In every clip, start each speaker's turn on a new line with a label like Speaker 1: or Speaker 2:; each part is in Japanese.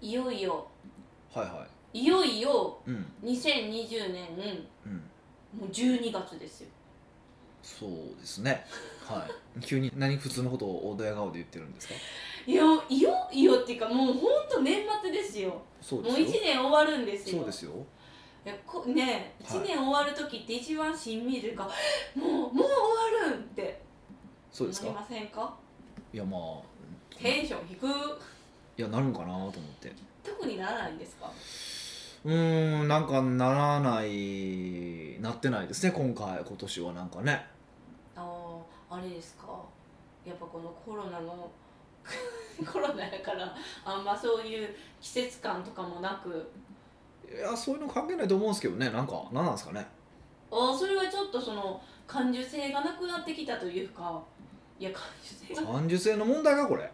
Speaker 1: いよいよ
Speaker 2: はいはい
Speaker 1: よいよ
Speaker 2: いうん
Speaker 1: 2020年
Speaker 2: うん
Speaker 1: もう12月ですよ
Speaker 2: そうですね はい急に何普通のことを大や顔で言ってるんですか
Speaker 1: いやいよいよっていうかもうほんと年末ですよ
Speaker 2: そう
Speaker 1: もう
Speaker 2: で
Speaker 1: 1
Speaker 2: すよ
Speaker 1: 年終わるんですよ
Speaker 2: そうですよ
Speaker 1: いやこね
Speaker 2: はい
Speaker 1: 1年終わる時って一番しんみるか、もうもう終わるんって
Speaker 2: そうです
Speaker 1: なり
Speaker 2: か
Speaker 1: ませんか
Speaker 2: いやまあ
Speaker 1: テンション低く
Speaker 2: いやなるんかなと思って
Speaker 1: 特にならないんですか
Speaker 2: うーんなんかならないなってないですね今回今年はなんかね
Speaker 1: あああれですかやっぱこのコロナの コロナやからあんまそういう季節感とかもなく
Speaker 2: いやそういうの関係ないと思うんですけどねなんか何なんですかね
Speaker 1: あそれはちょっとその感受性がなくなってきたというかいや感受性が
Speaker 2: 感受性の問題かこれ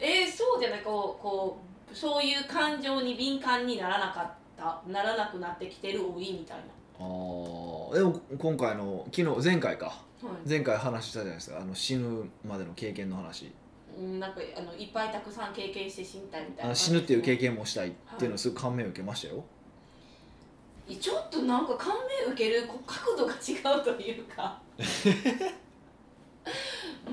Speaker 1: えー、そうじゃないこうこうそういう感情に敏感にならなかったならなくなってきてる老いみたい
Speaker 2: あーでも今回の昨日前回か
Speaker 1: な、はい
Speaker 2: 前回話したじゃないですかあの死ぬまでの経験の話
Speaker 1: うん、なんかあのいっぱいたくさん経験して死にたいみたい
Speaker 2: あ
Speaker 1: な
Speaker 2: の死ぬっていう経験もしたいっていうのをすごく感銘を受けましたよ、
Speaker 1: いやちょっとなんか感銘受けるこう角度が違うという か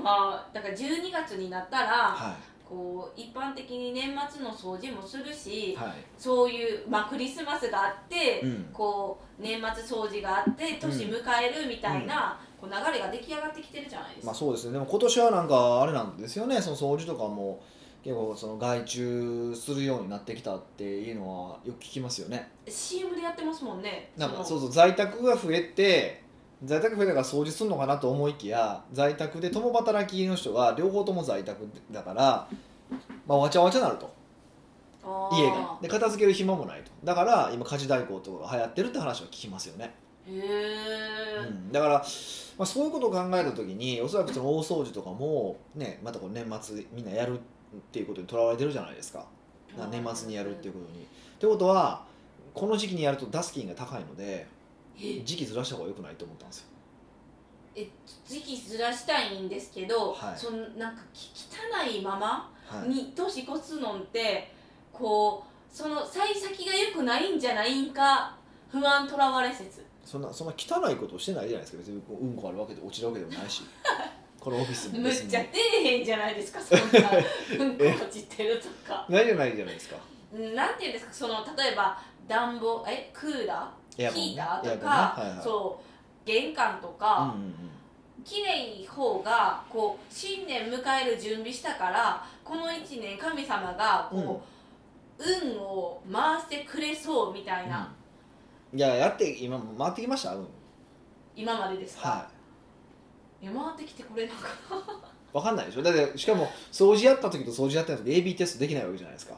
Speaker 1: まあだから12月になったら、
Speaker 2: は
Speaker 1: こう一般的に年末の掃除もする
Speaker 2: い
Speaker 1: し、
Speaker 2: は
Speaker 1: そういう、まあ、クリスマスがあって、
Speaker 2: い、うん、
Speaker 1: こう年末掃除があって年迎えるみたいな、こう流れが出来上がってきてるじゃないですか、
Speaker 2: まあそうですねでも今年はなんかあれなんですよねその掃除とかも結構その外注するようになってきたっていうのはよく聞きますよね
Speaker 1: CM でやってますもんね
Speaker 2: なんか
Speaker 1: そ
Speaker 2: そ
Speaker 1: の
Speaker 2: うそう在宅が増えて在宅増えたから掃除するのかなと思いきや在宅で共働きの人が両方とも在宅だから、まあ、わちゃわちゃになると
Speaker 1: あー
Speaker 2: 家がで片付ける暇もないとだから今家事代行とかが流行ってるって話は聞きますよね、
Speaker 1: へえ、
Speaker 2: うん、だから、まあ、そういうことを考えた時におそらくその大掃除とかも、ね、またこう年末みんなやるっていうことにとらわれてるじゃないですかだから年末にやるっていううことにってことはこの時期にやるとダスキンが高いので
Speaker 1: え
Speaker 2: 時期ずらした方が良くないと思ったんですよ
Speaker 1: え時期ずらしたいんですけど、
Speaker 2: はい
Speaker 1: そのなんかき汚いまま
Speaker 2: はい
Speaker 1: に年越すのって、こうその幸先が良くないんじゃないんか不安とらわれ説
Speaker 2: そんなそんな汚いことをしてないじゃないですか別にうんこあるわけで落ちるわけでもな いしこのオフィスも
Speaker 1: むっ
Speaker 2: 別に
Speaker 1: ちゃ
Speaker 2: ない
Speaker 1: 出えへんじゃないですかそんな うんこ落ちてるとか
Speaker 2: じゃないじゃないですか
Speaker 1: うんなんていうんですかその例えば暖房えクーラー
Speaker 2: エアコンね
Speaker 1: ヒーターと
Speaker 2: エア
Speaker 1: か、
Speaker 2: コンねはいはい
Speaker 1: そう玄関と
Speaker 2: うん
Speaker 1: か、
Speaker 2: うんうん
Speaker 1: 綺麗い方がこう新年迎える準備したからこの1年神様がこう、運を回してくれそうみたいな、
Speaker 2: うんいややって今回ってきましたうん
Speaker 1: 今までですか、
Speaker 2: はい
Speaker 1: や回ってきてくれなかった
Speaker 2: いわかんないでしょだってしかも掃除やった時と掃除やってない時 AB テストできないわけじゃないですか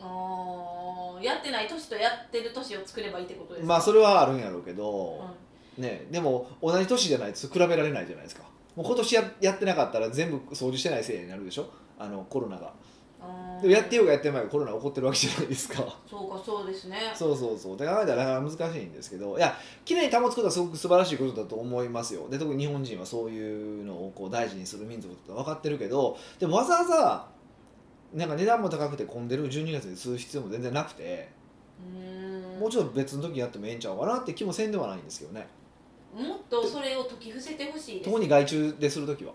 Speaker 1: あーやってない年とやってる年を作ればいいってことです
Speaker 2: まあそれはあるんやろうけど
Speaker 1: う、ん
Speaker 2: ねでも同じ年じゃないと比べられないじゃないですかもう今年ややってなかったら全部掃除してないせいになるでしょあのコロナが
Speaker 1: あー
Speaker 2: でもやってようがやってまいがコロナ起こってるわけじゃないですか
Speaker 1: そうかそうですね
Speaker 2: そうそうそうで考えたらなかなか難しいんですけどいや綺麗に保つことはすごく素晴らしいことだと思いますよで特に日本人はそういうのをこう大事にする民族だと分かってるけどでもわざわざなんか値段も高くて混んでる12月にする必要も全然なくて
Speaker 1: うーん
Speaker 2: もうちょっと別の時にやってもええんちゃうかなって気もせんではないんですけどね
Speaker 1: もっとそれを解き伏せてほしいです
Speaker 2: 特に外注でする時は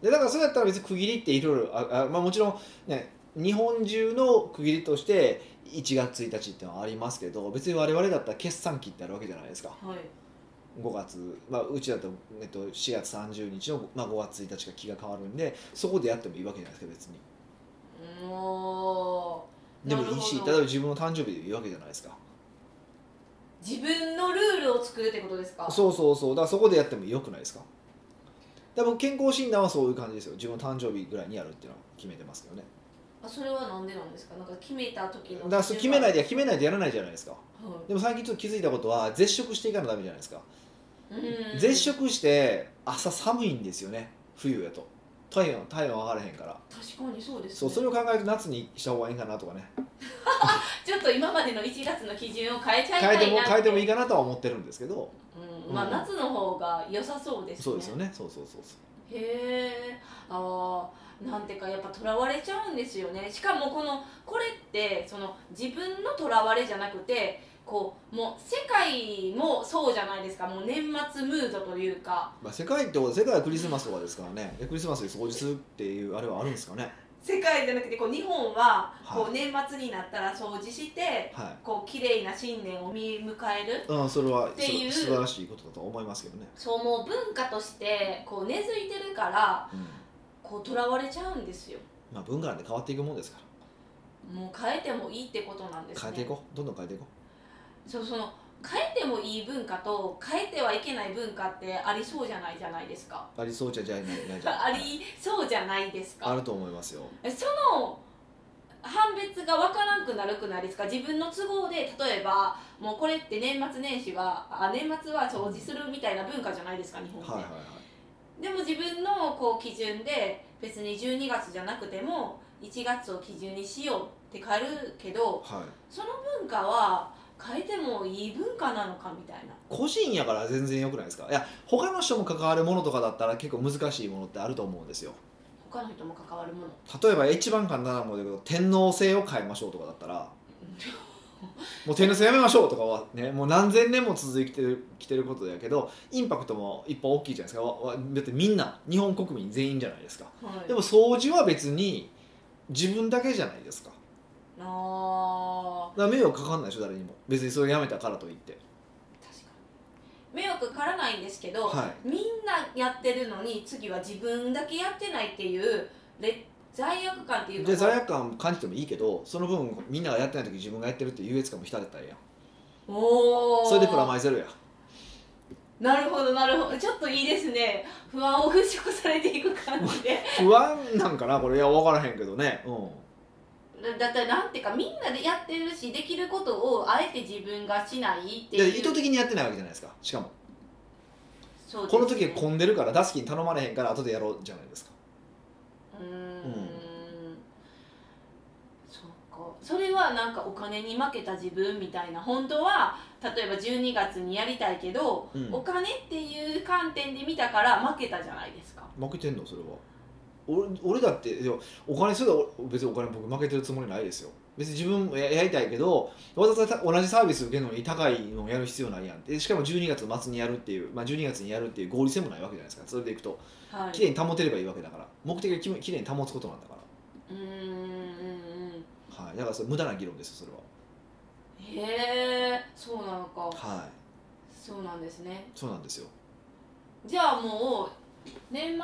Speaker 2: でだからそれやったら別に区切りっていろいろああ、まあ、もちろんね日本中の区切りとして1月1日ってのはありますけど別に我々だったら決算期ってあるわけじゃないですか
Speaker 1: はい
Speaker 2: 5月、まあ、うちだと、えっと、4月30日の、まあ、5月1日が気が変わるんでそこでやってもいいわけじゃないですか別に
Speaker 1: もう
Speaker 2: でも
Speaker 1: なる
Speaker 2: いいし
Speaker 1: ほ
Speaker 2: 例え
Speaker 1: ど
Speaker 2: ば自分の誕生日でいいわけじゃないですか
Speaker 1: 自分のルールを作るってことですか
Speaker 2: そうそうそうだからそこでやってもよくないですかでも健康診断はそういう感じですよ自分の誕生日ぐらいにやるっていうのは決めてますけどね
Speaker 1: あそれはなんでなんですかなんか決めた時
Speaker 2: だ
Speaker 1: の
Speaker 2: からそう決めない
Speaker 1: で、
Speaker 2: で決めないでやらないじゃないですか
Speaker 1: は
Speaker 2: でも最近ちょっと気づいたことは絶食していかないとダメじゃないですか
Speaker 1: いうん
Speaker 2: 絶食して朝寒いんですよね冬やと体温体温上がれへんから
Speaker 1: 確かにそうです、
Speaker 2: そう
Speaker 1: ね、
Speaker 2: それを考えると夏にした方がいいかなとかね
Speaker 1: ちょっと今までの1月の基準を変えちゃい
Speaker 2: 変
Speaker 1: た
Speaker 2: え
Speaker 1: いな
Speaker 2: ても変えてもいい
Speaker 1: い、
Speaker 2: かなとは思ってるんですけど
Speaker 1: うん、まあ
Speaker 2: うん
Speaker 1: 夏の方が良さそうですね
Speaker 2: そうですよねそうそうそうそう
Speaker 1: へえあーなんていうかやっぱとらわれちゃうんですよねしかもこのこれってその自分のとらわれじゃなくてこうもう世界もそうじゃないですかもう年末ムードというか
Speaker 2: まあ、世界ってこと世界はクリスマスとかですからねでクリスマスで掃除するっていうあれはあるんですかね
Speaker 1: 世界じゃなくてこう日本はこ
Speaker 2: は
Speaker 1: う年末になったら掃除して、
Speaker 2: はい
Speaker 1: こう綺麗な新年を見迎える
Speaker 2: うん、それは
Speaker 1: っていう
Speaker 2: 素晴らしいことだと思いますけどね、
Speaker 1: そうもう文化としてこう根付いてるから
Speaker 2: うん
Speaker 1: こうとらわれちゃうんですよ
Speaker 2: まあ、文化なんて変わっていくもんですか
Speaker 1: もう変えてもいいってことなんで
Speaker 2: ら
Speaker 1: す
Speaker 2: 変
Speaker 1: ね
Speaker 2: えていこうどんどん変えていこ
Speaker 1: そうその変えてもいい文化と変えてはいけない文化ってありそうじゃないじゃないです か
Speaker 2: うありそうじゃじゃないないじ ゃ
Speaker 1: ありそうじゃないです
Speaker 2: あ
Speaker 1: か
Speaker 2: ると思いますよ
Speaker 1: えその判別がわからんくなるくないですか自分の都合で例えばもうこれって年末年始はあ年末は掃除するみたいな文化じゃないですか日本って、
Speaker 2: はいはいは
Speaker 1: でも自分のこう基準で別に12月じゃなくても1月を基準にしようって変えるけど
Speaker 2: いはい
Speaker 1: その文化は変えてもいい文化なのかみたいな
Speaker 2: 個人やから全然良くないですかいや他の人も関わるものとかだったら結構難しいものってあると思うんですよ
Speaker 1: 他の人も関わるもの
Speaker 2: 例えば一番簡単なもので言うと天皇制を変えましょうとかだったらもう天皇制やめましょうとかはねもう何千年も続いてるきてることやけどインパクトも一歩大きいじゃないですかわわだってみんな日本国民全員じゃないですか
Speaker 1: はい
Speaker 2: でも掃除は別に自分だけじゃないですかだ
Speaker 1: あ
Speaker 2: から迷惑かかんないでしょ誰にも別にそれやめたからといって
Speaker 1: ー確かに迷惑かからないんですけど、
Speaker 2: は
Speaker 1: みんなやってるのに次は自分だけやってないっていうれ罪悪感ってい
Speaker 2: いうで
Speaker 1: か
Speaker 2: 罪悪感感じてもいいけどその分みんながやってない時自分がやってるっていう優越感も浸れたらええやん
Speaker 1: おお
Speaker 2: それでプラマイゼロや
Speaker 1: なるほどなるほどちょっといいですね不安を払拭されていく感じで
Speaker 2: 不安なんかなこれいや分からへんけどねうん
Speaker 1: だったらなんていうかみんなでやってるしできることをあえて自分がしないって
Speaker 2: で
Speaker 1: いう
Speaker 2: 意図的にやってないわけじゃないですかしかも
Speaker 1: そうです
Speaker 2: こ
Speaker 1: ね
Speaker 2: の時は混んでるからダスキに頼まれへんから後でやろうじゃないですか
Speaker 1: うーん
Speaker 2: うん
Speaker 1: そうかそれはなんかお金に負けた自分みたいな本当は例えば12月にやりたいけど、
Speaker 2: うん
Speaker 1: お金っていう観点で見たから負けたじゃないですか
Speaker 2: 負けてんのそれは俺俺だってでもお金する別にお金僕負けてるつもりないですよ別に自分もややりたいけどわざわざ同じサービス受けるのに高いのをやる必要ないやんでしかも12月末にやるっていう、まあ、12月にやるっていう合理性もないわけじゃないですかそれでいくと
Speaker 1: はい
Speaker 2: きれいに保てればいいわけだから目的をききれいに保つことなんだか
Speaker 1: うーん
Speaker 2: ら、はい、だからそれ無駄な議論ですよそ
Speaker 1: へえそうなのか
Speaker 2: れははい
Speaker 1: そうなんですね
Speaker 2: そうなんですよ
Speaker 1: じゃあもう年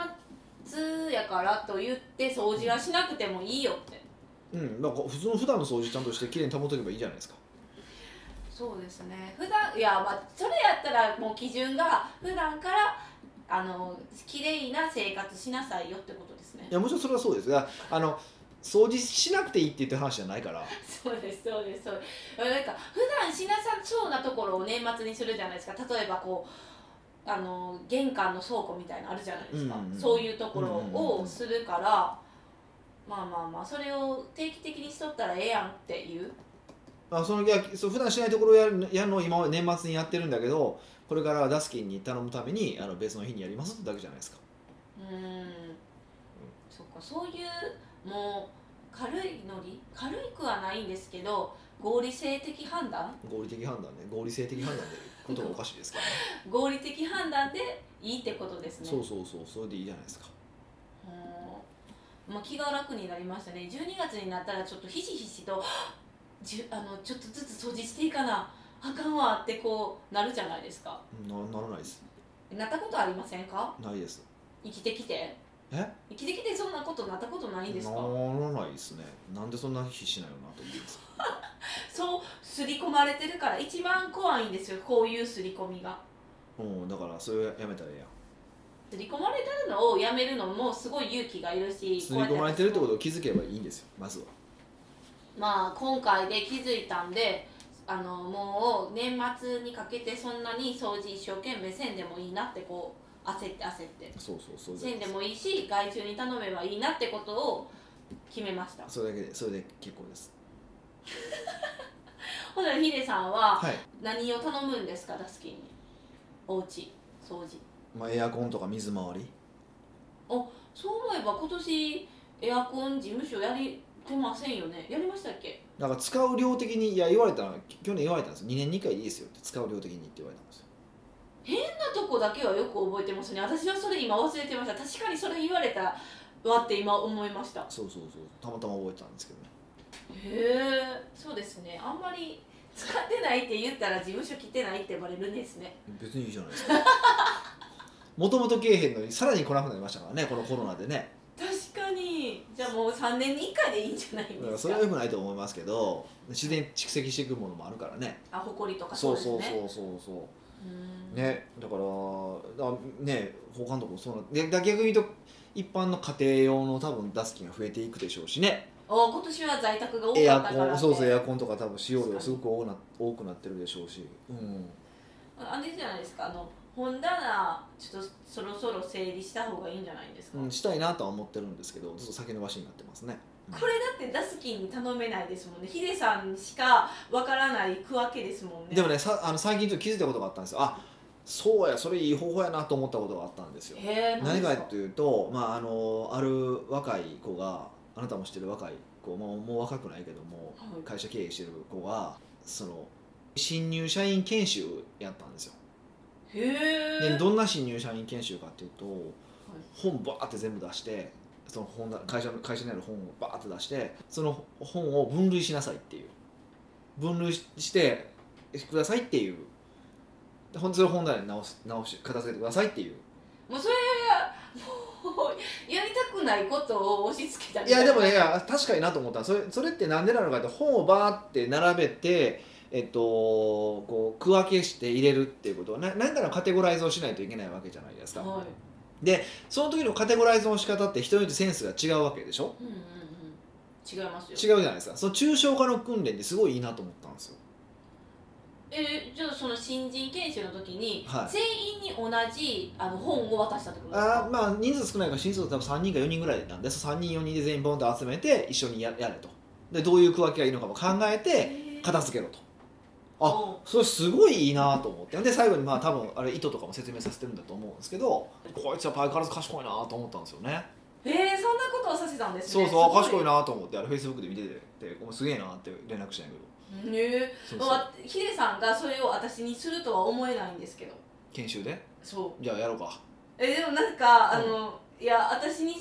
Speaker 1: 末やからと言って掃除はしなくてもいいよって
Speaker 2: うんなんか普通の普段の掃除ちゃんとしてきれいに保てればいいじゃないですか
Speaker 1: そうですね普段いやまあそれやったらもう基準が普段からあの綺麗な生活しなさいよってことですね
Speaker 2: いやもちろんそれはそうですがあの掃除しなくていいって言ってる話じゃないから
Speaker 1: そうですそうですそうですなんか普段しなさそうなところを年末にするじゃないですか例えばこうあの玄関の倉庫みたいなのあるじゃないですか、
Speaker 2: うんうんうん
Speaker 1: そういうところ
Speaker 2: うんうんう
Speaker 1: を
Speaker 2: ん
Speaker 1: するから、まあまあまあそれを定期的にしとったらええやんっていう
Speaker 2: あそのいやそう普段しないところをやるやるのを今は年末にやってるんだけどこれからはダスキンに頼むためにあの別の日にやりますってだけじゃないですか
Speaker 1: うーんそっかそういうもう軽いノリ軽くはないんですけど合理性的判断
Speaker 2: 合理的判断ね合理性的判断でことがおかしいですから、ね、
Speaker 1: 合理的判断でいいってことですね
Speaker 2: そうそうそうそれでいいじゃないですか
Speaker 1: うんまあ、気が楽になりましたね12月になったらちょっとひしひしと はっじゅあのちょっとずつ掃除していかなあかんわってこうなるじゃないですか
Speaker 2: なならないです
Speaker 1: なったことありませんか
Speaker 2: ないです
Speaker 1: 生きてきて
Speaker 2: え
Speaker 1: 生きてきてそんなことなったことないんですか
Speaker 2: ならないですねなんでそんな必死なよなと思います
Speaker 1: そう刷り込まれてるから一番怖いんですよこういう刷り込みが
Speaker 2: うんだからそれやめたらええやん
Speaker 1: 刷り込まれてるのをやめるのもすごい勇気がいるし
Speaker 2: 吸い込まれてるってこと
Speaker 1: と
Speaker 2: を気づければいいんですよまずは
Speaker 1: まあ今回で気づいたんであのもう年末にかけてそんなに掃除一生懸命せんでもいいなってこう焦って焦って
Speaker 2: そうそうそう
Speaker 1: せんでもいいし外注に頼めばいいなってことを決めました
Speaker 2: それだけでそれで結構です
Speaker 1: ほんならヒデさんは
Speaker 2: はい、
Speaker 1: 何を頼むんですかダスキンにお家掃除
Speaker 2: まあ、エアコンとか水回り
Speaker 1: そう思えば今年エアコン事務所やりてませんよねやりましたっけ
Speaker 2: なんか使う量的にいや言われたの去年言われたんですよ2年2回でいいですよって使う量的にって言われたんですよ
Speaker 1: そんなとこだけはよく覚えてますね私はそれ今忘れてました確かにそれ言われたわって今思いました
Speaker 2: そうそうそうたまたま覚えてたんですけどね
Speaker 1: へえそうですねあんまり使ってないって言ったら事務所来てないってバレるんですね
Speaker 2: 別にいいじゃない ですかもともとけえへんのにさらに来なくなりましたからねこのコロナでね
Speaker 1: 確かにじゃあもう3年に1回でいいんじゃないん
Speaker 2: だから
Speaker 1: です
Speaker 2: そ
Speaker 1: か
Speaker 2: れはよくないと思いますけど自然に蓄積していくものもあるからね
Speaker 1: あ誇りとかそ
Speaker 2: そうう
Speaker 1: ですね
Speaker 2: そうそうそうそう
Speaker 1: うん
Speaker 2: ねだからだね他のとこそうなでだ逆に言うと一般の家庭用の多分出す金が増えていくでしょうしね
Speaker 1: お今年は在宅が多かっ
Speaker 2: エア
Speaker 1: たから
Speaker 2: コ
Speaker 1: ね
Speaker 2: ンそうそうエアコンとか多分使用量すごく多な多くなってるでしょうし、うん、
Speaker 1: あれじゃないですかあの本棚ちょっとそろそろ整理した方がいいんじゃないですか、
Speaker 2: うん、したいなとは思ってるんですけどずっと先延ばしになってますね
Speaker 1: これだってダスキンに頼めないですもんねヒデさんしかわからない区分けですもんね
Speaker 2: でもねさあの最近ちょっと気づいたことがあったんですよあそうやそれいい方法やなと思ったことがあったんですよ
Speaker 1: へえ
Speaker 2: 何か
Speaker 1: と
Speaker 2: というと、まあ、あのある若い子があなたも知ってる若い子もうもう若くないけども会社経営してる子がその新入社員研修やったんですよ
Speaker 1: へえ
Speaker 2: でどんな新入社員研修かっていうと本バーって全部出してその本だ会社の会社にある本をバーって出してその本を分類しなさいっていう分類ししてくださいっていうでほんそれを本棚に直す直し片付けてくださいっていう
Speaker 1: もうそれはもうやりたくないことを押し付けた
Speaker 2: いやでもねい
Speaker 1: ね
Speaker 2: や確かになと思ったそれそれってなんでなのかって本をバーって並べて、えっと、こう区分けして入れるっていうことはな何かのカテゴライズをしないといけないわけじゃないですか、
Speaker 1: は
Speaker 2: その時のカテゴライズの仕方って人によってセンスが違うわけでしょ
Speaker 1: い、うんうんうん、違いますよ
Speaker 2: 違うじゃないですかその抽象化の訓練ってすごいいいなと思ったんですよ
Speaker 1: えー、じゃあその新人研修の時に、
Speaker 2: はい
Speaker 1: 全員に同じあの本を渡したってことです
Speaker 2: あー
Speaker 1: か
Speaker 2: まあ人数少ないから新卒多分3人か4人ぐらいなんでその3人4人で全員ボンと集めて一緒にややれとでどういう区分けがいいのかも考えて
Speaker 1: へー
Speaker 2: 片付けろとあ
Speaker 1: おう
Speaker 2: それすごいいいなと思ってで最後にまあ多分あれ意図とかも説明させてるんだと思うんですけどこいつは相変わらず賢いなと思ったんですよね
Speaker 1: えー、そんなことをさせたんです
Speaker 2: そう
Speaker 1: ね
Speaker 2: そうあ
Speaker 1: すご
Speaker 2: 賢いなと思ってあれフェイスブックで見ててでお前すげえなって連絡したんや
Speaker 1: ねえ
Speaker 2: けどそうそう
Speaker 1: まあヒデさんがそれを私にするとは思えないんですけど
Speaker 2: 研修で
Speaker 1: そう
Speaker 2: じゃあやろうか
Speaker 1: えでもなんかあの、いや私に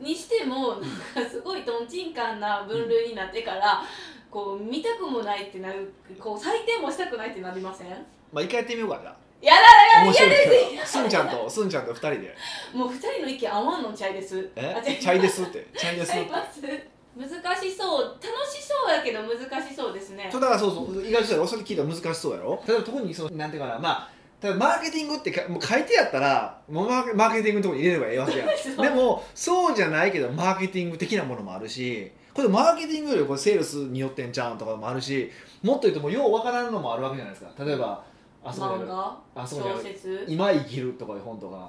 Speaker 1: にしてもなんかすごいとんちんかんな分類になってから、こう見たくもないってなるこう採点もしたくないってなりません
Speaker 2: まあ一回やってみようかじゃ
Speaker 1: やだ
Speaker 2: あ面
Speaker 1: やだ
Speaker 2: 白
Speaker 1: や
Speaker 2: い
Speaker 1: だ
Speaker 2: けどすんちゃんとすんちゃんと二人で
Speaker 1: もう二人の意見合わんのちゃいです
Speaker 2: 「え
Speaker 1: あ違う
Speaker 2: チャイです」って「チャイです」っ
Speaker 1: 違い
Speaker 2: て
Speaker 1: ます難しそう楽しそうだけど難しそうですね
Speaker 2: そうだからそうそう意外とそうそれ聞いたら難しそうやろ例えば特にそのなんていうかなまあただマーケティングってかもう書いてやったらもうマーケマーケティングのとこに入れればええわけやん
Speaker 1: そう
Speaker 2: でも そうじゃないけどマーケティング的なものもあるしこれマーケティングよりこれセールスによってんちゃうんとかもあるしもっと言うともうようわからんのもあるわけじゃないですか例えばあそ
Speaker 1: 漫
Speaker 2: こにある
Speaker 1: 画
Speaker 2: あそこにあ
Speaker 1: 小
Speaker 2: る「
Speaker 1: 説
Speaker 2: 今生きる」とかいう本とか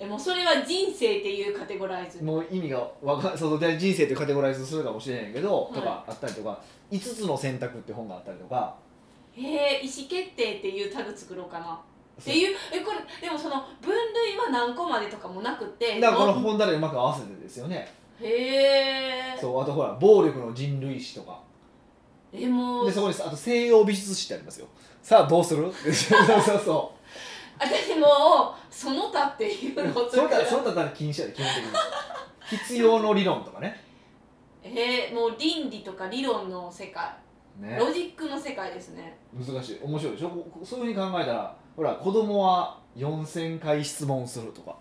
Speaker 1: えもうそれは人生っていうカテゴライズ
Speaker 2: もう意味がわかそので人生ってカテゴライズするかもしれないけど、
Speaker 1: はい
Speaker 2: とかあったりとか「5つの選択」って本があったりとか
Speaker 1: へえ意思決定っていうタグ作ろうかなっ
Speaker 2: そう
Speaker 1: ていうえこれでもその分類は何個までとかもなくて
Speaker 2: だからこの
Speaker 1: も
Speaker 2: 本棚にうまく合わせてですよね
Speaker 1: うへえ
Speaker 2: そうあとほら暴力の人類史とか
Speaker 1: えも
Speaker 2: で
Speaker 1: う
Speaker 2: そこにさあと西洋美術史ってありますよさあどうする そうそうそ
Speaker 1: 私もうその他っていうのを
Speaker 2: うそ
Speaker 1: 作
Speaker 2: れ
Speaker 1: る
Speaker 2: だそれだったら禁止やで基本的に必要の理論とかね
Speaker 1: えー、もう倫理とか理論の世界
Speaker 2: ね
Speaker 1: ロジックの世界ですね
Speaker 2: 難しい面白いでしょここそういうふうに考えたらほら子供は4000回質問するとか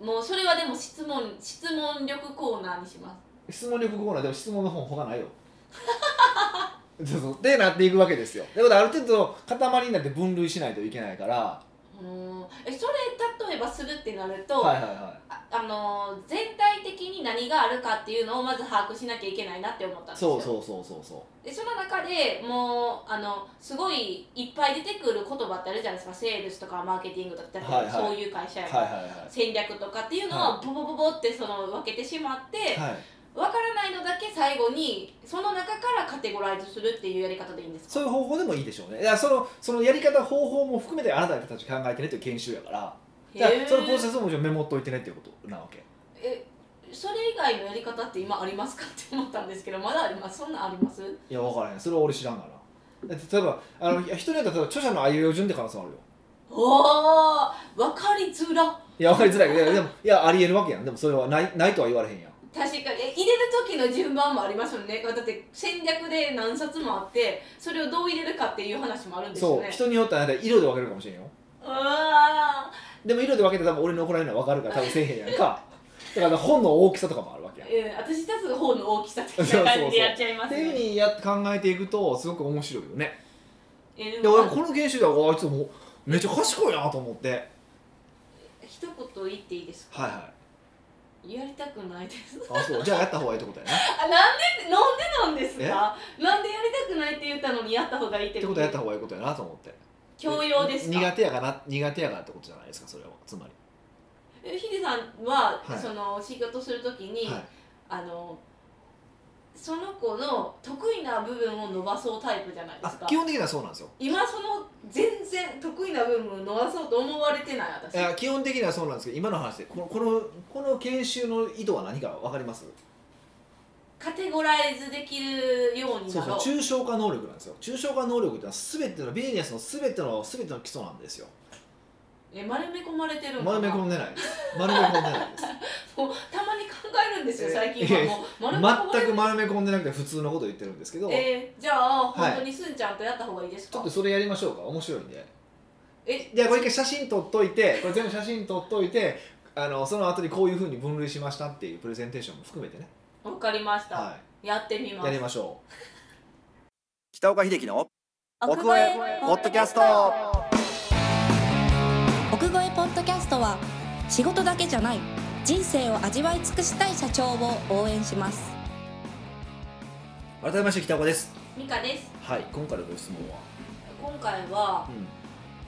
Speaker 1: もうそれはでも質問質問力コーナーにします
Speaker 2: 質問力コーナーでも質問の本他ないよ そうそうってなっていくわけですよだからある程度塊になって分類しないといけないから
Speaker 1: うーんえそれ例えばするってなると、
Speaker 2: はいはいはい
Speaker 1: ああのー全体的に何があるかっていうのをまず把握しなきゃいけないなって思ったんですよ
Speaker 2: そうそうそうそうそう
Speaker 1: でその中でもうあのすごいいっぱい出てくる言葉ってあるじゃないですかセールスとかマーケティングとかだって、
Speaker 2: はいはい
Speaker 1: そういう会社やから、
Speaker 2: はいはいは
Speaker 1: 戦略とかっていうのはボボボボってその分けてしまって、
Speaker 2: いはい
Speaker 1: 分からないのだけ最後にその中からカテゴライズするっていうやり方でいいんですか
Speaker 2: そういう方法でもいいでしょうねいやそのそのやり方方法も含めてあなたたち考えてねという研修やからじゃあ
Speaker 1: へー
Speaker 2: そのプロセスをもちろんメモっといてねっていうことなわけ
Speaker 1: えそれ以外のやり方って今ありますかって思ったんですけどまだありますそんなんあります
Speaker 2: いや分からへんそれは俺知らんがなだって例えばあのいや人によっては例えば著者のあいうえお順って可能性もあるよ
Speaker 1: おー分かりづら
Speaker 2: いや分かりづらいけどいやでもいやありえるわけやんでもそれはないないとは言われへんやん
Speaker 1: 確かにえ入れる時の順番もありますよねだって戦略で何冊もあってそれをどう入れるかっていう話もあるんですよ
Speaker 2: そ
Speaker 1: ね
Speaker 2: う人によってはなんか色で分けるかもしれんよ
Speaker 1: うわ
Speaker 2: でも色で分けて多分俺に怒られるのは分かるから多分せえへんやんかだから本の大きさとかもあるわけやん
Speaker 1: ー、うん、私たちの方の大きさ的な感じでやっちゃいま
Speaker 2: っ
Speaker 1: す
Speaker 2: ていうふう
Speaker 1: ね
Speaker 2: にやって考えていくとすごく面白いよね
Speaker 1: えー
Speaker 2: で
Speaker 1: でも
Speaker 2: 俺この研修ではあいつもめっちゃ賢いなと思ってはい
Speaker 1: 一言言っていいですか
Speaker 2: は
Speaker 1: やりたくないです
Speaker 2: いあそうじゃあやった方がいいっ てことやなっ
Speaker 1: あなんでなんでなんですかなんでやりたくないって言ったのにやった方がいいって
Speaker 2: てことはやった方がいいことやなと思って
Speaker 1: 教養です
Speaker 2: 苦
Speaker 1: か
Speaker 2: 手やかな苦手やからってことじゃないですかそれはつま
Speaker 1: えヒデさんは、
Speaker 2: はい
Speaker 1: その仕事するとき
Speaker 2: り
Speaker 1: に、
Speaker 2: はい
Speaker 1: あのその子の得意な部分を伸ばそうタイプじゃないです
Speaker 2: あ
Speaker 1: か
Speaker 2: 基本的にはそうなんですよ
Speaker 1: 今その全然得意な部分を伸ばそうと思われてない私
Speaker 2: いや基本的にはそうなんですけど今の話でこのこのこの研修の意図は何か分かります
Speaker 1: カテゴライズできるように
Speaker 2: そう
Speaker 1: な
Speaker 2: そう
Speaker 1: ろう
Speaker 2: 抽象化能力なんですよ抽象化能力ってのは全てのビジネスの全ての全ての基礎なんですよ
Speaker 1: え丸め込まれてるんかな
Speaker 2: 丸め込んでないです丸め込んでないです
Speaker 1: もうたまに考えるんですよ
Speaker 2: え
Speaker 1: 最近はも う丸め込まれ
Speaker 2: 全く丸め込んでなくて普通のこと言ってるんですけど、
Speaker 1: えーじゃあ
Speaker 2: はい
Speaker 1: 本当にすんちゃんとやった方がいいです
Speaker 2: ち
Speaker 1: か、
Speaker 2: ょっとそれやりましょうか面白いんで
Speaker 1: え
Speaker 2: じゃあこれ一回写真撮っといてこれ全部写真撮っといてあのその後にこういうふうに分類しましたっていうプレゼンテーションも含めてね、
Speaker 1: わかりました、
Speaker 2: は
Speaker 1: やってみ
Speaker 2: い、
Speaker 1: ます
Speaker 2: やりましょう北岡秀樹の奥越えポッドキャスト
Speaker 3: 奥越えポッドキャストは仕事だけじゃない人生を味わい尽くしたい社長を応援します
Speaker 2: 改めまして北岡です
Speaker 1: ミカです
Speaker 2: はい今回のご質問は、
Speaker 1: 今回は
Speaker 2: う、ん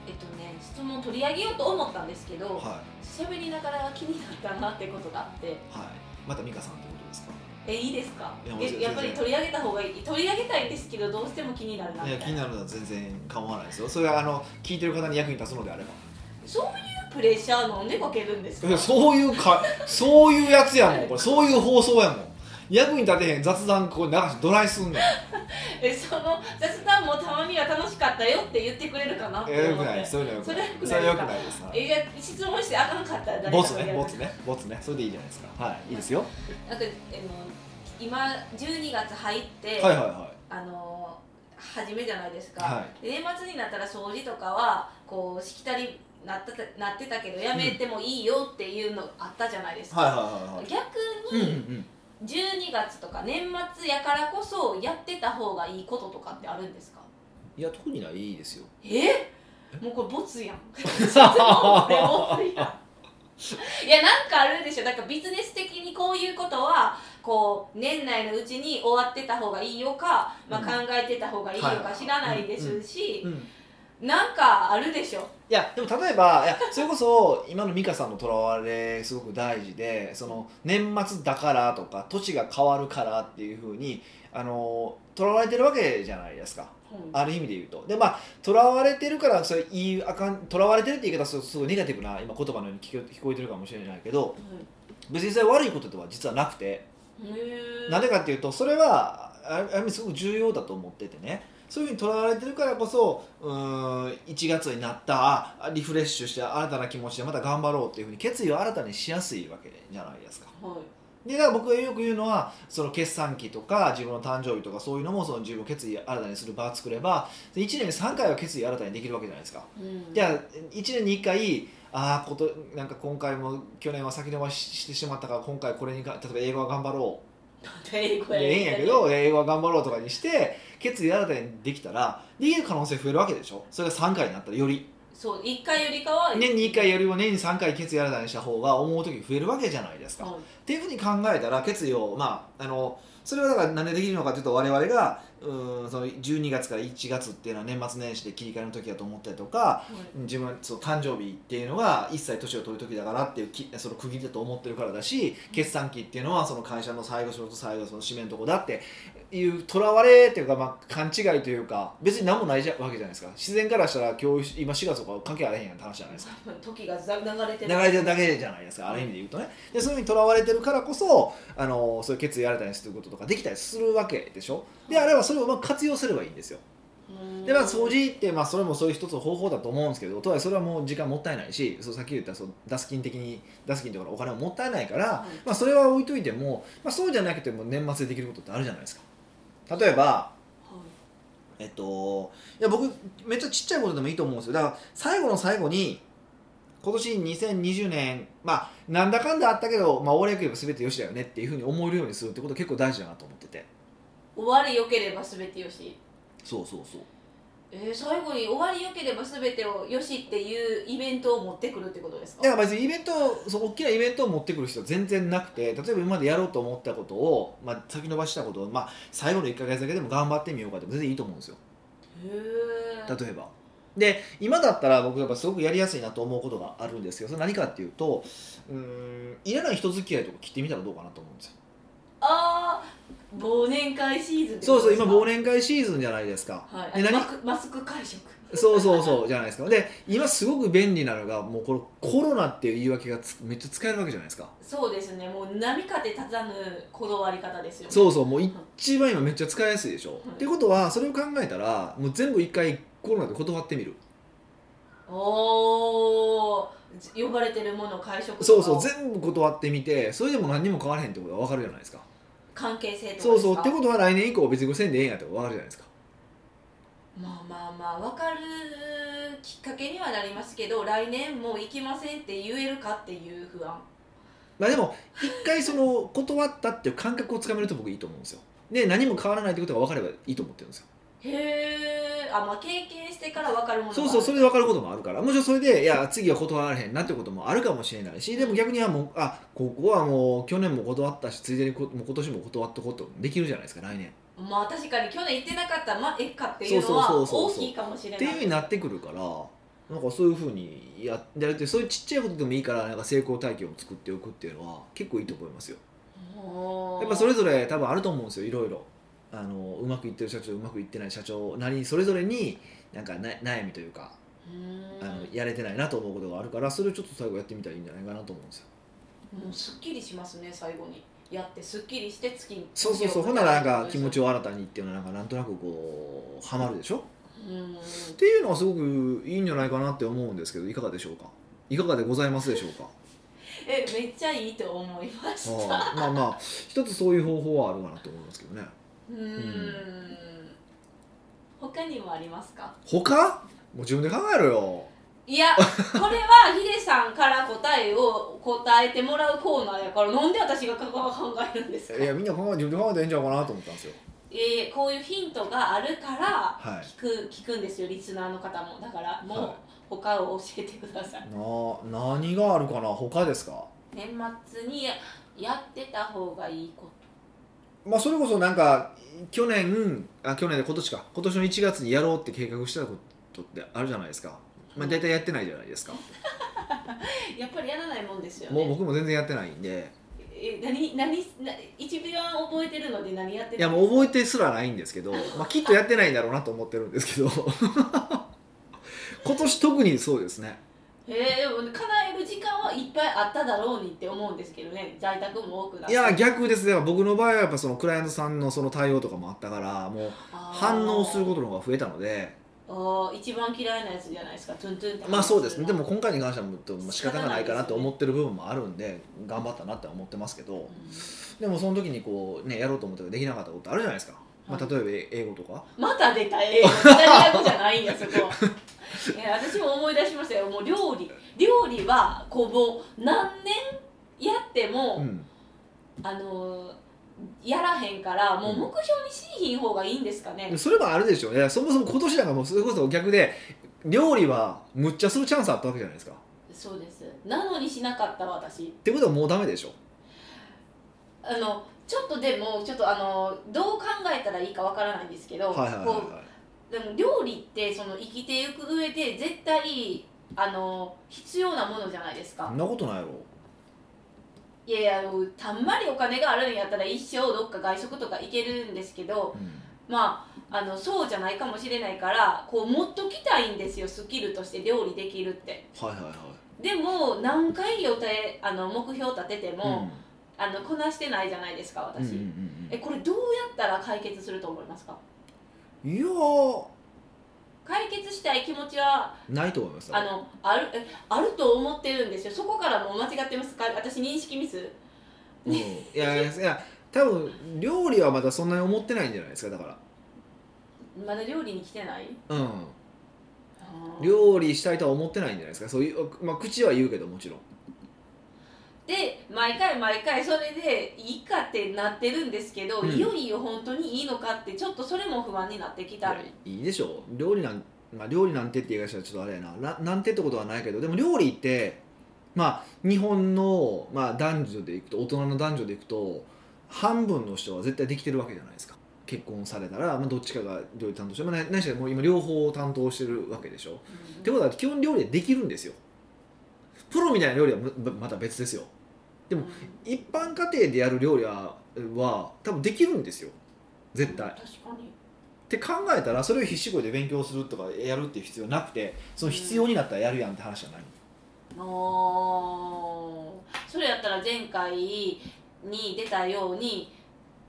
Speaker 1: えっとね、質問を取り上げようと思ったんですけど
Speaker 2: はい
Speaker 1: 喋りながら気になったなってことがあって
Speaker 2: はいまた美香さんってことですか
Speaker 1: えいいですか
Speaker 2: いやもち
Speaker 1: え
Speaker 2: ろん
Speaker 1: やっぱり
Speaker 2: 全然
Speaker 1: 取り上げた方がいい取り上げたいんですけどどうしても気になるなみた
Speaker 2: いや
Speaker 1: いな
Speaker 2: 気になるのは全然構わないですよそれはあの聞いてる方に役に立つのであれば
Speaker 1: そういうプレッシャーなんでかけるんですか
Speaker 2: いやそういうかそういうやつやもんこれそういう放送やもん役に立てへん雑談こう流してドライすんねん
Speaker 1: えその雑談もたまには楽しかったよって言ってくれるかなっ
Speaker 2: えー
Speaker 1: て
Speaker 2: よ
Speaker 1: 思
Speaker 2: く
Speaker 1: っ
Speaker 2: ない
Speaker 1: て
Speaker 2: ですそういうのよくない
Speaker 1: それ
Speaker 2: それ
Speaker 1: 良
Speaker 2: よ
Speaker 1: く
Speaker 2: く
Speaker 1: な
Speaker 2: ないですはい
Speaker 1: えいや質問してあかんかったら誰か
Speaker 2: ボツ
Speaker 1: が
Speaker 2: ね
Speaker 1: やる
Speaker 2: ボツねボツねそれでいいじゃないですかはいいいですよ
Speaker 1: なんかあの今12月入って、
Speaker 2: はいはいは
Speaker 1: あの初めじゃないですか、
Speaker 2: は
Speaker 1: で年末になったら掃除とかはこうしきたりなったたなってたけどやめてもいいよっていうのあったじゃないです
Speaker 2: い
Speaker 1: か、
Speaker 2: はいはいはいはい
Speaker 1: 逆
Speaker 2: うんう
Speaker 1: に
Speaker 2: ん
Speaker 1: 12月とか年末やからこそやってた方がいいこととかってあるんですか
Speaker 2: いや特にないです よ
Speaker 1: えもうこれボツやん質 問これボツやんいやなんかあるでしょなんかビジネス的にこういうことはこう年内のうちに終わってた方がいいよか、まあ、
Speaker 2: うん
Speaker 1: 考えてた方がいいよ
Speaker 2: はいは
Speaker 1: か
Speaker 2: い
Speaker 1: 知らないですし
Speaker 2: うん
Speaker 1: なんかあるでしょ
Speaker 2: いやでも例えばいやそれこそ今の美香さんのとらわれすごく大事でその年末だからとか年が変わるからっていうふうにとらわれてるわけじゃないですかある意味で言うとでまあとらわれてるからそれ言いあかんとらわれてるって言い方はすすごいネガティブな今言葉のように聞こ聞こえてるかもしれないけど別にそれ悪いことでは実はなくて
Speaker 1: な
Speaker 2: な
Speaker 1: ん
Speaker 2: でかっていうとそれはあある意味すごく重要だと思っててねそういうふうにとらわれてるからこそうーん1月になったあリフレッシュして新たな気持ちでまた頑張ろうっていうふうに決意を新たにしやすいわけじゃないですか。でだから僕がよく言うのはその決算期とか自分の誕生日とかそういうのもその自分を決意新たにする場を作れば1年に3回は決意新たにできるわけじゃないですか。じゃあ1年に1回ああことなんか今回も去年は先延ばししてしまったから今回これにか例えば英語は頑張ろう
Speaker 1: 英語
Speaker 2: でええんやけど英語は頑張ろうとかにして決意新たにできたらできる可能性増えるわけでしょそれが3回になったらより
Speaker 1: そう一回よりかは
Speaker 2: 年に1回よりも年に3回決意新たにした方が思う時増えるわけじゃないですか、
Speaker 1: はい
Speaker 2: っていうふうに考えたら決意をまああのそれはだから何でできるのかというと我々がうんその12月から1月っていうのは年末年始で切り替えの時だと思ったりとか自分はその誕生日っていうのは一切年を取る時だからっていうきその区切りだと思ってるからだし決算期っていうのはその会社の最後仕事最後その締めのとこだっていうとらわれっていうか、まあ、勘違いというか別に何もないじゃわけじゃないですか自然からしたら今日今4月とか関係あれへんやんって話じゃないですか
Speaker 1: 多分時がざ流れて
Speaker 2: 流れてるだけじゃないですかある意味で言うとねでそういうふうにとらわれてるからこそあのそういう決意やれたりすることとかできたりするわけでしょであればそれをうまく活用すればいいんですよでまあ掃除って、まあ、それもそういう一つの方法だと思うんですけどとはいえそれはもう時間もったいないしそうさっき言ったその出す金的に出す金とかのお金ももったいないから、
Speaker 1: はい
Speaker 2: まあ、それは置いといても、まあ、そうじゃなくても年末でできることってあるじゃないですか例えばえっと、いや僕めっちゃちっちゃいことでもいいと思うんですよだから最後の最後に今年2020年まあなんだかんだあったけど、まあ、俺がければ全てよしだよねっていうふうに思えるようにするってこと結構大事だなと思ってて
Speaker 1: 終わり良ければ全てよし
Speaker 2: そうそうそう
Speaker 1: えー、最後に終わり良ければ全てをよしっていうイベントを持ってくるってことですか
Speaker 2: だから別にイベントその大きなイベントを持ってくる人は全然なくて例えば今までやろうと思ったことを、まあ、先延ばしたことを、まあ、最後の1か月だけでも頑張ってみようかって全然いいと思うんですよ
Speaker 1: へえ
Speaker 2: 例えばで今だったら僕やっぱすごくやりやすいなと思うことがあるんですけどそれ何かっていうとうーんいらない人付き合いとか切ってみたらどうかなと思うんですよ
Speaker 1: ああ忘年会シーズンって
Speaker 2: そ
Speaker 1: こ
Speaker 2: う
Speaker 1: と
Speaker 2: そう
Speaker 1: です
Speaker 2: 今
Speaker 1: か
Speaker 2: 忘年会シーズンじゃないですか、
Speaker 1: はい、
Speaker 2: で
Speaker 1: あ
Speaker 2: 何
Speaker 1: マクマスク会食
Speaker 2: そうそうそうじゃないですかで今すごく便利なのがもうこのコロナっていう言い訳がつめっちゃ使えるわけじゃないですか
Speaker 1: そうですねもう波風立たぬこだわり方ですよね
Speaker 2: そううそうもう一番今めっちゃ使いやすいでしょ、
Speaker 1: い
Speaker 2: ってことはそれを考えたらもう全部一回コロナで断ってみる
Speaker 1: おお呼ばれてるもの会食とかを
Speaker 2: そうそう全部断ってみてそれでも何にも変わらへんってことは分かるじゃないですか
Speaker 1: 関係性とかですか
Speaker 2: そうそうってことは来年以降別にせんでええんやって分かるじゃないですか
Speaker 1: まあまあまあ分かるきっかけにはなりますけど来年もう行きませんって言えるかっていう不安
Speaker 2: まあでも一回その断ったっていう感覚をつかめると僕いいと思うんですよで何も変わらないってことが分かればいいと思ってるんですよ
Speaker 1: へえあまあ経験してから分かるもの
Speaker 2: そうそうそれ
Speaker 1: れ
Speaker 2: で分かることもあるからもちろんそれでいや次は断られへんなってこともあるかもしれないしでも逆にはもうあここはもう去年も断ったしついでにこもう今年も断っとこうとできるじゃないですか来年
Speaker 1: まあ確かに去年行ってなかったらまあえっかっていうの
Speaker 2: そ
Speaker 1: は
Speaker 2: うそうそう
Speaker 1: 大
Speaker 2: そうそう
Speaker 1: きいかもしれ
Speaker 2: っ
Speaker 1: な
Speaker 2: て
Speaker 1: い
Speaker 2: いう風になってくるからなんかそういう風にやってるってそういうちっちゃいことでもいいからなんか成功体験を作っておくっていうのは結構いいと思いますよ
Speaker 1: おー
Speaker 2: やっぱそれぞれ多分あると思うんですよいろいろあのうまくいってる社長うまくいってない社長なりにそれぞれになんかな悩みというか
Speaker 1: うーん
Speaker 2: あのやれてないなと思うことがあるからそれをちょっと最後やってみたらいいんじゃないかなと思うんですよ
Speaker 1: もうすっきりしますね最後にやってすっきりして月に
Speaker 2: そうそうそうほんならなんか気持ち
Speaker 1: を
Speaker 2: を新たにっていうのはなんかなんとなくこうハマるでしょっ
Speaker 1: うん
Speaker 2: ていうのはすごくいいんじゃないかなって思うんですけどいかがでしょうかいかがでございますでしょうか
Speaker 1: えめっちゃいいと思いました
Speaker 2: はいまあまあ一つそういう方法はあるかなと思いますけどね
Speaker 1: うーん他にもあります か
Speaker 2: 他もう自分で考えろよ
Speaker 1: いやこれはヒデさんから答えを答えてもらうコーナーやからなんで私が考えるんですか
Speaker 2: いやみんな考え自分で考えたらいいんちゃうかなと思ったんですよ
Speaker 1: えーこういうヒントがあるから
Speaker 2: はい
Speaker 1: 聞く,、聞くんですよリスナーの方もだからもう、
Speaker 2: はい
Speaker 1: 他を教えてください
Speaker 2: な何があるかな他ですか
Speaker 1: 年末にややってた方がいいこ
Speaker 2: まあそれこそなんか去年あ去年で今年か今年の1月にやろうって計画してたことってあるじゃないですかまあ大体やってないじゃないですか
Speaker 1: とやっぱりやらないもんですよ
Speaker 2: もう
Speaker 1: ね
Speaker 2: 僕も全然やってないんで
Speaker 1: え何何な一番覚えてるので何やって
Speaker 2: いや
Speaker 1: た
Speaker 2: もう覚えてすらないんですけど、まあ、きっとやってないんだろうなと思ってるんですけど 今年特にそうですね
Speaker 1: えー、でも叶える時間はいっぱいあっただろうにって思うんですけどね在宅も多くなっ
Speaker 2: い
Speaker 1: て
Speaker 2: や逆ですね僕の場合はやっぱそのクライアントさんのその対応とかもあったからもう反応することの方が増えたので
Speaker 1: とあー一番嫌いなやつじゃないですかトゥントゥンって
Speaker 2: まあそうですねで
Speaker 1: うん
Speaker 2: も今回に関してはもうと仕方がないかなと思ってる部分もあるんで頑張ったなって思ってますけどでもその時にこうねやろうと思ったらできなかったことあるじゃないですか、まあ、例えば英語とか
Speaker 1: また出た英語イタリア語じゃないんやそ こいや私も思い出しましたよもう料理料理はこうもう何年やっても、
Speaker 2: うん
Speaker 1: あのーやらへんからもう目標にしひん方がいいんですかね、
Speaker 2: それもあるでしょうねそもそも今年なんかもうそれこそ逆で料理はむっちゃするチャンスあったわけじゃないですかっ
Speaker 1: そうですなのにしなかった私
Speaker 2: てことはもうダメでしょ
Speaker 1: あのちょっとでもちょっとあのどう考えたらいいかわからないんですけど、
Speaker 2: はいはいはい
Speaker 1: こ
Speaker 2: はいう
Speaker 1: でも料理ってその生きていく上で絶対あの必要なものじゃないです
Speaker 2: そ
Speaker 1: か
Speaker 2: んなことないやろ
Speaker 1: いやいやあのたんまりお金があるんやったら一生どっか外食とか行けるんですけど
Speaker 2: うん
Speaker 1: まああのそうじゃないかもしれないからこう持っときたいんですよスキルとして料理できるって
Speaker 2: はいはいはい
Speaker 1: でも何回予定あの目標立てても、あのこなしてないじゃないですか
Speaker 2: うんうん
Speaker 1: 私、
Speaker 2: うんうん
Speaker 1: えこれどうやったら解決すると思いますか
Speaker 2: いやー
Speaker 1: 解決したい気持ちは
Speaker 2: ないと思います
Speaker 1: あのあるえあると思ってるんですよそこからもう間違ってますか私認識ミス
Speaker 2: うん、いやいやいや多分料理はまだそんなに思ってないんじゃないですかだか
Speaker 1: まだ料理に来てない
Speaker 2: らうん
Speaker 1: あー
Speaker 2: 料理したいとは思ってないんじゃないですかそういう、まあ、口は言うけどもちろん
Speaker 1: で毎回毎回それでいいかってなってるんですけど、
Speaker 2: うん
Speaker 1: いよいよ本当にいいのかってちょっとそれも不安になってきた
Speaker 2: いやいいでしょう料理なん、まあ、料理なんてって言い方はちょっとあれやならなんてってことはないけどでも料理ってまあ日本の、まあ、男女でいくと大人の男女でいくと半分の人は絶対できてるわけじゃないですか結婚されたら、まあ、どっちかが料理担当して、まあ、ないしはもう今両方担当してるわけでしょってことは基本料理はできるんですよプロみたいな料理はむままた別ですよでも一般家庭でやる料理はは多分できるんですよ絶対
Speaker 1: 確かに
Speaker 2: って考えたらそれを必死こいで勉強するとかやるっていう必要なくてその必要になったらやるやんって話じゃない、
Speaker 1: おーそれやったら前回に出たように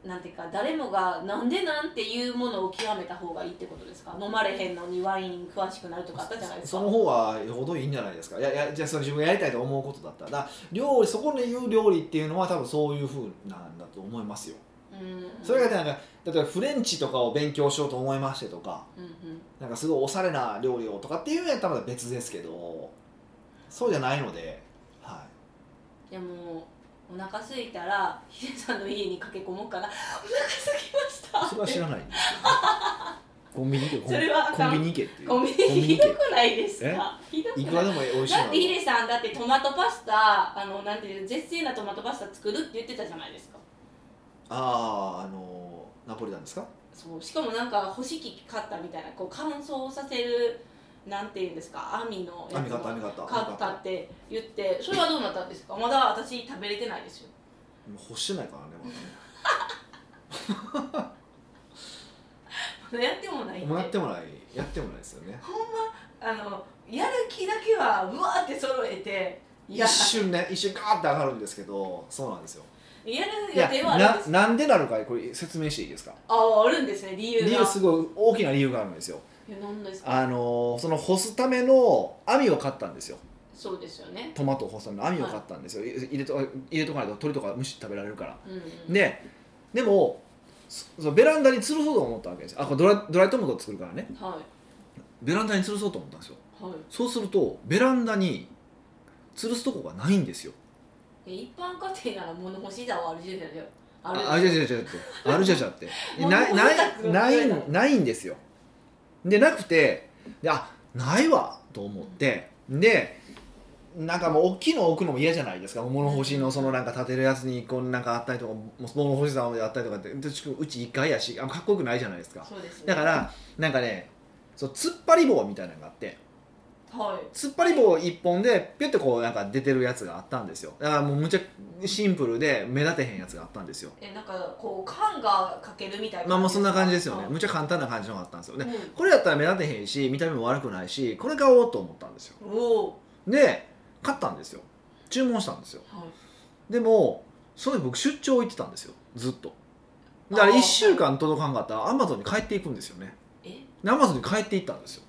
Speaker 1: なんていうか誰もがなんでなんていうものを極めた方がいいってことですか飲まれへんのにワイン詳しくなるとかあったじゃないです
Speaker 2: そ
Speaker 1: か
Speaker 2: の方がよほどいいんじゃないですかいやいやじゃあその自分がやりたいと思うことだったらだから料理そこで言う料理っていうのは多分そういうふうなんだと思いますよ
Speaker 1: うん
Speaker 2: それがなんか例えばフレンチとかを勉強しようと思いましてとか
Speaker 1: うんうん
Speaker 2: なんかすごいおしゃれな料理をとかっていうのやったらまた別ですけどそうじゃないので、は
Speaker 1: でもお腹空いたらヒデさんの家に駆け込もうかなお腹空きました
Speaker 2: い、それは知らないんですよ、 コンビニ行けコン
Speaker 1: それはあ
Speaker 2: コ
Speaker 1: かん
Speaker 2: ンビニ行けっていう
Speaker 1: コンビニひどくないですかひどく
Speaker 2: いく
Speaker 1: な
Speaker 2: ら
Speaker 1: い
Speaker 2: でも美味しいの
Speaker 1: だってヒデさんだってトマトパスタあのなんていう絶世なトマトパスタ作るって言ってたじゃないですか
Speaker 2: あああのナポリタンですか
Speaker 1: そうしかもなんか干し器買ったみたいなこう乾燥させるなんていうんですか網のや
Speaker 2: 網
Speaker 1: つ
Speaker 2: 型
Speaker 1: を
Speaker 2: 網型
Speaker 1: 買ったって言ってそれはどうなったんですかまだ私食べれてないですよ
Speaker 2: もう干してないからねまだね
Speaker 1: まだやってもないんで
Speaker 2: もうやってもないやってもないですよね
Speaker 1: あのやる気だけはうわーって揃えてや
Speaker 2: 一瞬ね一瞬ガーって上がるんですけどそうなんですよ
Speaker 1: やる
Speaker 2: いや
Speaker 1: 予定はあるん
Speaker 2: な
Speaker 1: です
Speaker 2: なんでなのかこれ説明していいですか
Speaker 1: ああるんですね理由が
Speaker 2: 理由すごい大きな理由があるんですよ
Speaker 1: いや何ですか
Speaker 2: あのーその干すための網を買ったんですよ
Speaker 1: そうですよね
Speaker 2: トマトを干すための網を買ったんですよ、い入れと入れとかないと鳥とか虫食べられるから
Speaker 1: うんうん
Speaker 2: ででもそそのベランダに吊るそうと思ったわけですよあこれドラドライトマトを作るからね
Speaker 1: は
Speaker 2: ベランダに吊るそうと思ったんですよ
Speaker 1: いは
Speaker 2: そうするとベランダに吊るすとこがないんですよ
Speaker 1: いで一般家庭なら物干し座はあるじゃないですか
Speaker 2: あ
Speaker 1: る
Speaker 2: あじゃじ ゃじゃじゃってあるじゃじゃって
Speaker 1: もう
Speaker 2: ないない
Speaker 1: もう
Speaker 2: ない
Speaker 1: もう
Speaker 2: ないんですよでなくてであないわと思ってでなんかもう大きいの置くのも嫌じゃないですか物干しのそのなんか立てるやつにこうなんかあったりとかもう物干しさんであったりとかってうちうち一回やしあんまかっこよくないじゃないですか
Speaker 1: そうですね
Speaker 2: だからなんかねそう突っ張り棒みたいなのがあって
Speaker 1: はい
Speaker 2: 突っ張り棒一本でピュッてこうなんか出てるやつがあったんですよだからもうむちゃシンプルで目立てへんやつがあったんですよ
Speaker 1: えなんかこう缶がかけるみたいな
Speaker 2: まあまあそんな感じですよね
Speaker 1: はい
Speaker 2: むちゃ簡単な感じのがあったんですよね
Speaker 1: う
Speaker 2: これやったら目立てへんし見た目も悪くないしこれ買おうと思ったんですよ
Speaker 1: んおお
Speaker 2: で買ったんですよ注文したんですよ
Speaker 1: はい
Speaker 2: でもその時僕出張行ってたんですよずっとだから1週間届かんかったらアマゾンに帰っていくんですよね
Speaker 1: え
Speaker 2: アマゾンに帰っていったんですよ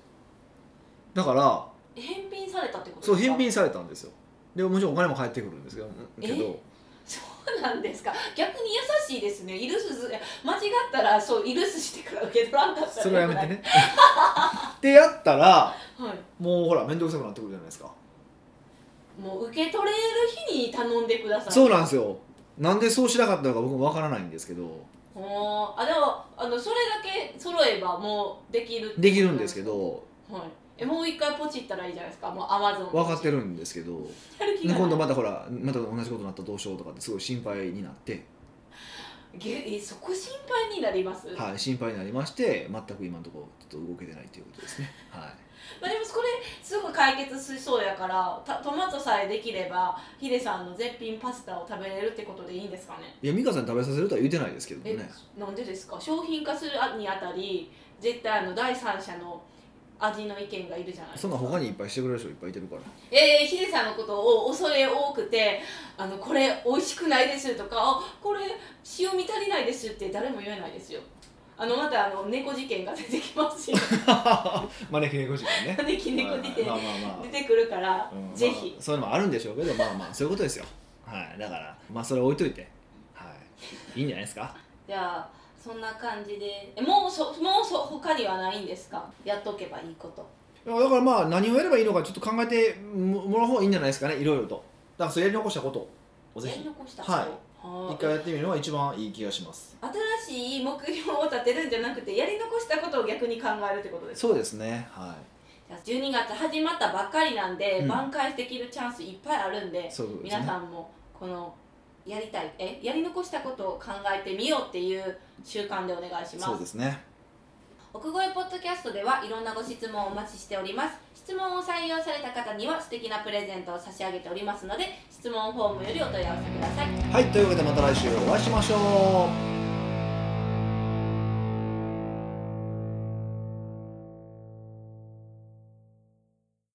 Speaker 2: だから
Speaker 1: 返品されたってことです
Speaker 2: そ
Speaker 1: か
Speaker 2: う返品されたんですよでもちろんお金も返ってくるんですけどけど
Speaker 1: そうなんですか逆に優しいですねイルスずいや間違ったらそうイルスしてから受け取らんかったら
Speaker 2: それはやめて
Speaker 1: ね
Speaker 2: ね でやったら
Speaker 1: はい
Speaker 2: もうほら面倒くさくなってくるじゃないですか
Speaker 1: もう受け取れる日に頼んでください
Speaker 2: そうなんですよなんでそうしなかったのか僕もわからないんですけど
Speaker 1: おーあでもあのそれだけ揃えばもうできるってこと
Speaker 2: できるんですけど
Speaker 1: はいえもう一回ポチったらいいじゃないですかもうアマゾン
Speaker 2: 分かって
Speaker 1: る
Speaker 2: るんですけど
Speaker 1: やる気がない
Speaker 2: 今度またほらまた同じことになったらどうしようとかってすごい心配になって
Speaker 1: げえそこ心配になります、
Speaker 2: はい、心配になりまして全く今のところちょっと動けてないということですね。はい
Speaker 1: まあ、でもこれすぐ解決しそうやからたトマトさえできればヒデさんの絶品パスタを食べれるってことでいいんですかね
Speaker 2: いや美香さんに食べさせるとは言ってないですけども
Speaker 1: え、
Speaker 2: ね
Speaker 1: なんでですか商品化するにあたり絶対あの第三者の味の意見がいるじゃないです
Speaker 2: そ
Speaker 1: か
Speaker 2: んな他にいっぱいしてくれる人いっぱいいてるから
Speaker 1: えー、ヒデさんのことを恐れ多くてあのこれ美味しくないですとかあこれ塩味足りないですって誰も言えないですよあのまたあの猫事件が出てきます よ
Speaker 2: 招き猫時間ね
Speaker 1: 招き猫事件
Speaker 2: まあまあまあ
Speaker 1: 出てくるから、
Speaker 2: うんまあ
Speaker 1: ぜひ
Speaker 2: そういうのもあるんでしょうけどまあまあそういうことですよはいだからまあそれ置いといてはいいいんじゃないですか
Speaker 1: じゃあそんな感じでえもうそもうそ他にはないんですかやっとけばいいこと
Speaker 2: いやだからまあ何をやればいいのかちょっと考えてももらう方がいいんじゃないですかねいろいろとだからそうやり残したことをぜ
Speaker 1: やり
Speaker 2: ひ
Speaker 1: 残した
Speaker 2: はい
Speaker 1: は
Speaker 2: 一回やってみるのが一番いい気がします
Speaker 1: 新しい目標を立てるんじゃなくてやり残したことを逆に考えるってことですか
Speaker 2: そうですねは
Speaker 1: じゃあ12月始まったばっかりなんで、
Speaker 2: うん
Speaker 1: 挽回できるチャンスいっぱいあるんで
Speaker 2: いそういうことですね
Speaker 1: 皆さんもこのやりたいえやり残したことを考えてみようっていう習慣でお願いしま
Speaker 2: そう
Speaker 1: す
Speaker 2: ですね
Speaker 1: 奥越ポッドキャストではいろんなご質問をお待ちしております質問を採用された方には素敵なプレゼントを差し上げておりますので質問フォームよりお問い合わせください
Speaker 2: はいというわけでまた来週お会いしましょう